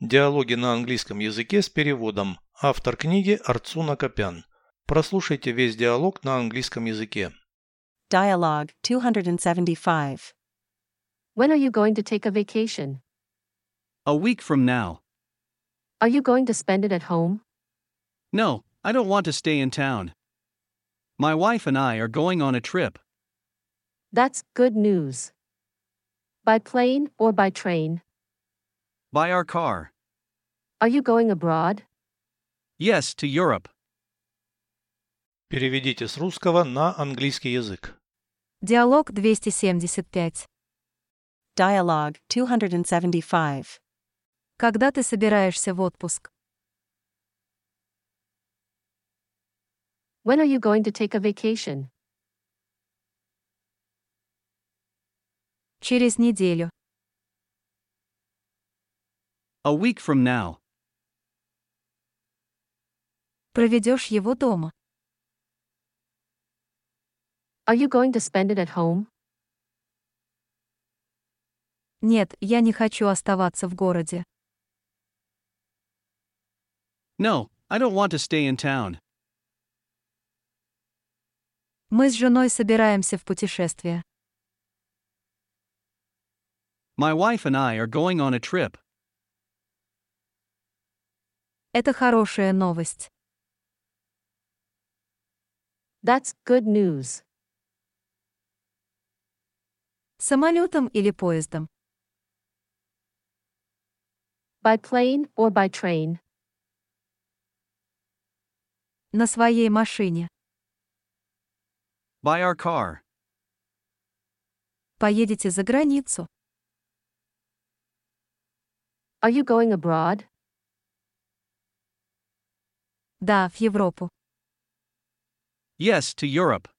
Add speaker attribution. Speaker 1: Диалоги на английском языке с переводом. Автор книги Арцуна Копян. Прослушайте весь диалог на английском языке.
Speaker 2: Dialogue 275.
Speaker 3: When are you going to take a vacation?
Speaker 4: A week from now.
Speaker 3: Are you going to spend it at home?
Speaker 4: No, I don't want to stay in town. My wife and I are going on a trip.
Speaker 3: That's good news. By plane or by train?
Speaker 4: By our car.
Speaker 3: Are you going abroad?
Speaker 4: Yes, to Europe.
Speaker 1: Переведите с русского на английский язык.
Speaker 5: Диалог 275.
Speaker 2: Dialogue 275.
Speaker 5: Когда ты собираешься в отпуск?
Speaker 3: When are you going to take a vacation?
Speaker 5: Через неделю.
Speaker 4: A week from now.
Speaker 5: Проведешь его дома.
Speaker 3: Are you going to spend it at home?
Speaker 5: Нет, я не хочу оставаться в городе.
Speaker 4: No, I don't want to stay in town.
Speaker 5: Мы с женой собираемся в путешествие.
Speaker 4: My wife and I are going on a trip.
Speaker 5: Это хорошая новость.
Speaker 3: That's good news.
Speaker 5: Самолетом или поездом?
Speaker 3: By plane or by train?
Speaker 5: На своей машине.
Speaker 4: By our car.
Speaker 5: Поедете за границу?
Speaker 3: Are you going abroad?
Speaker 5: Да, в Европу.
Speaker 4: Yes, to Europe.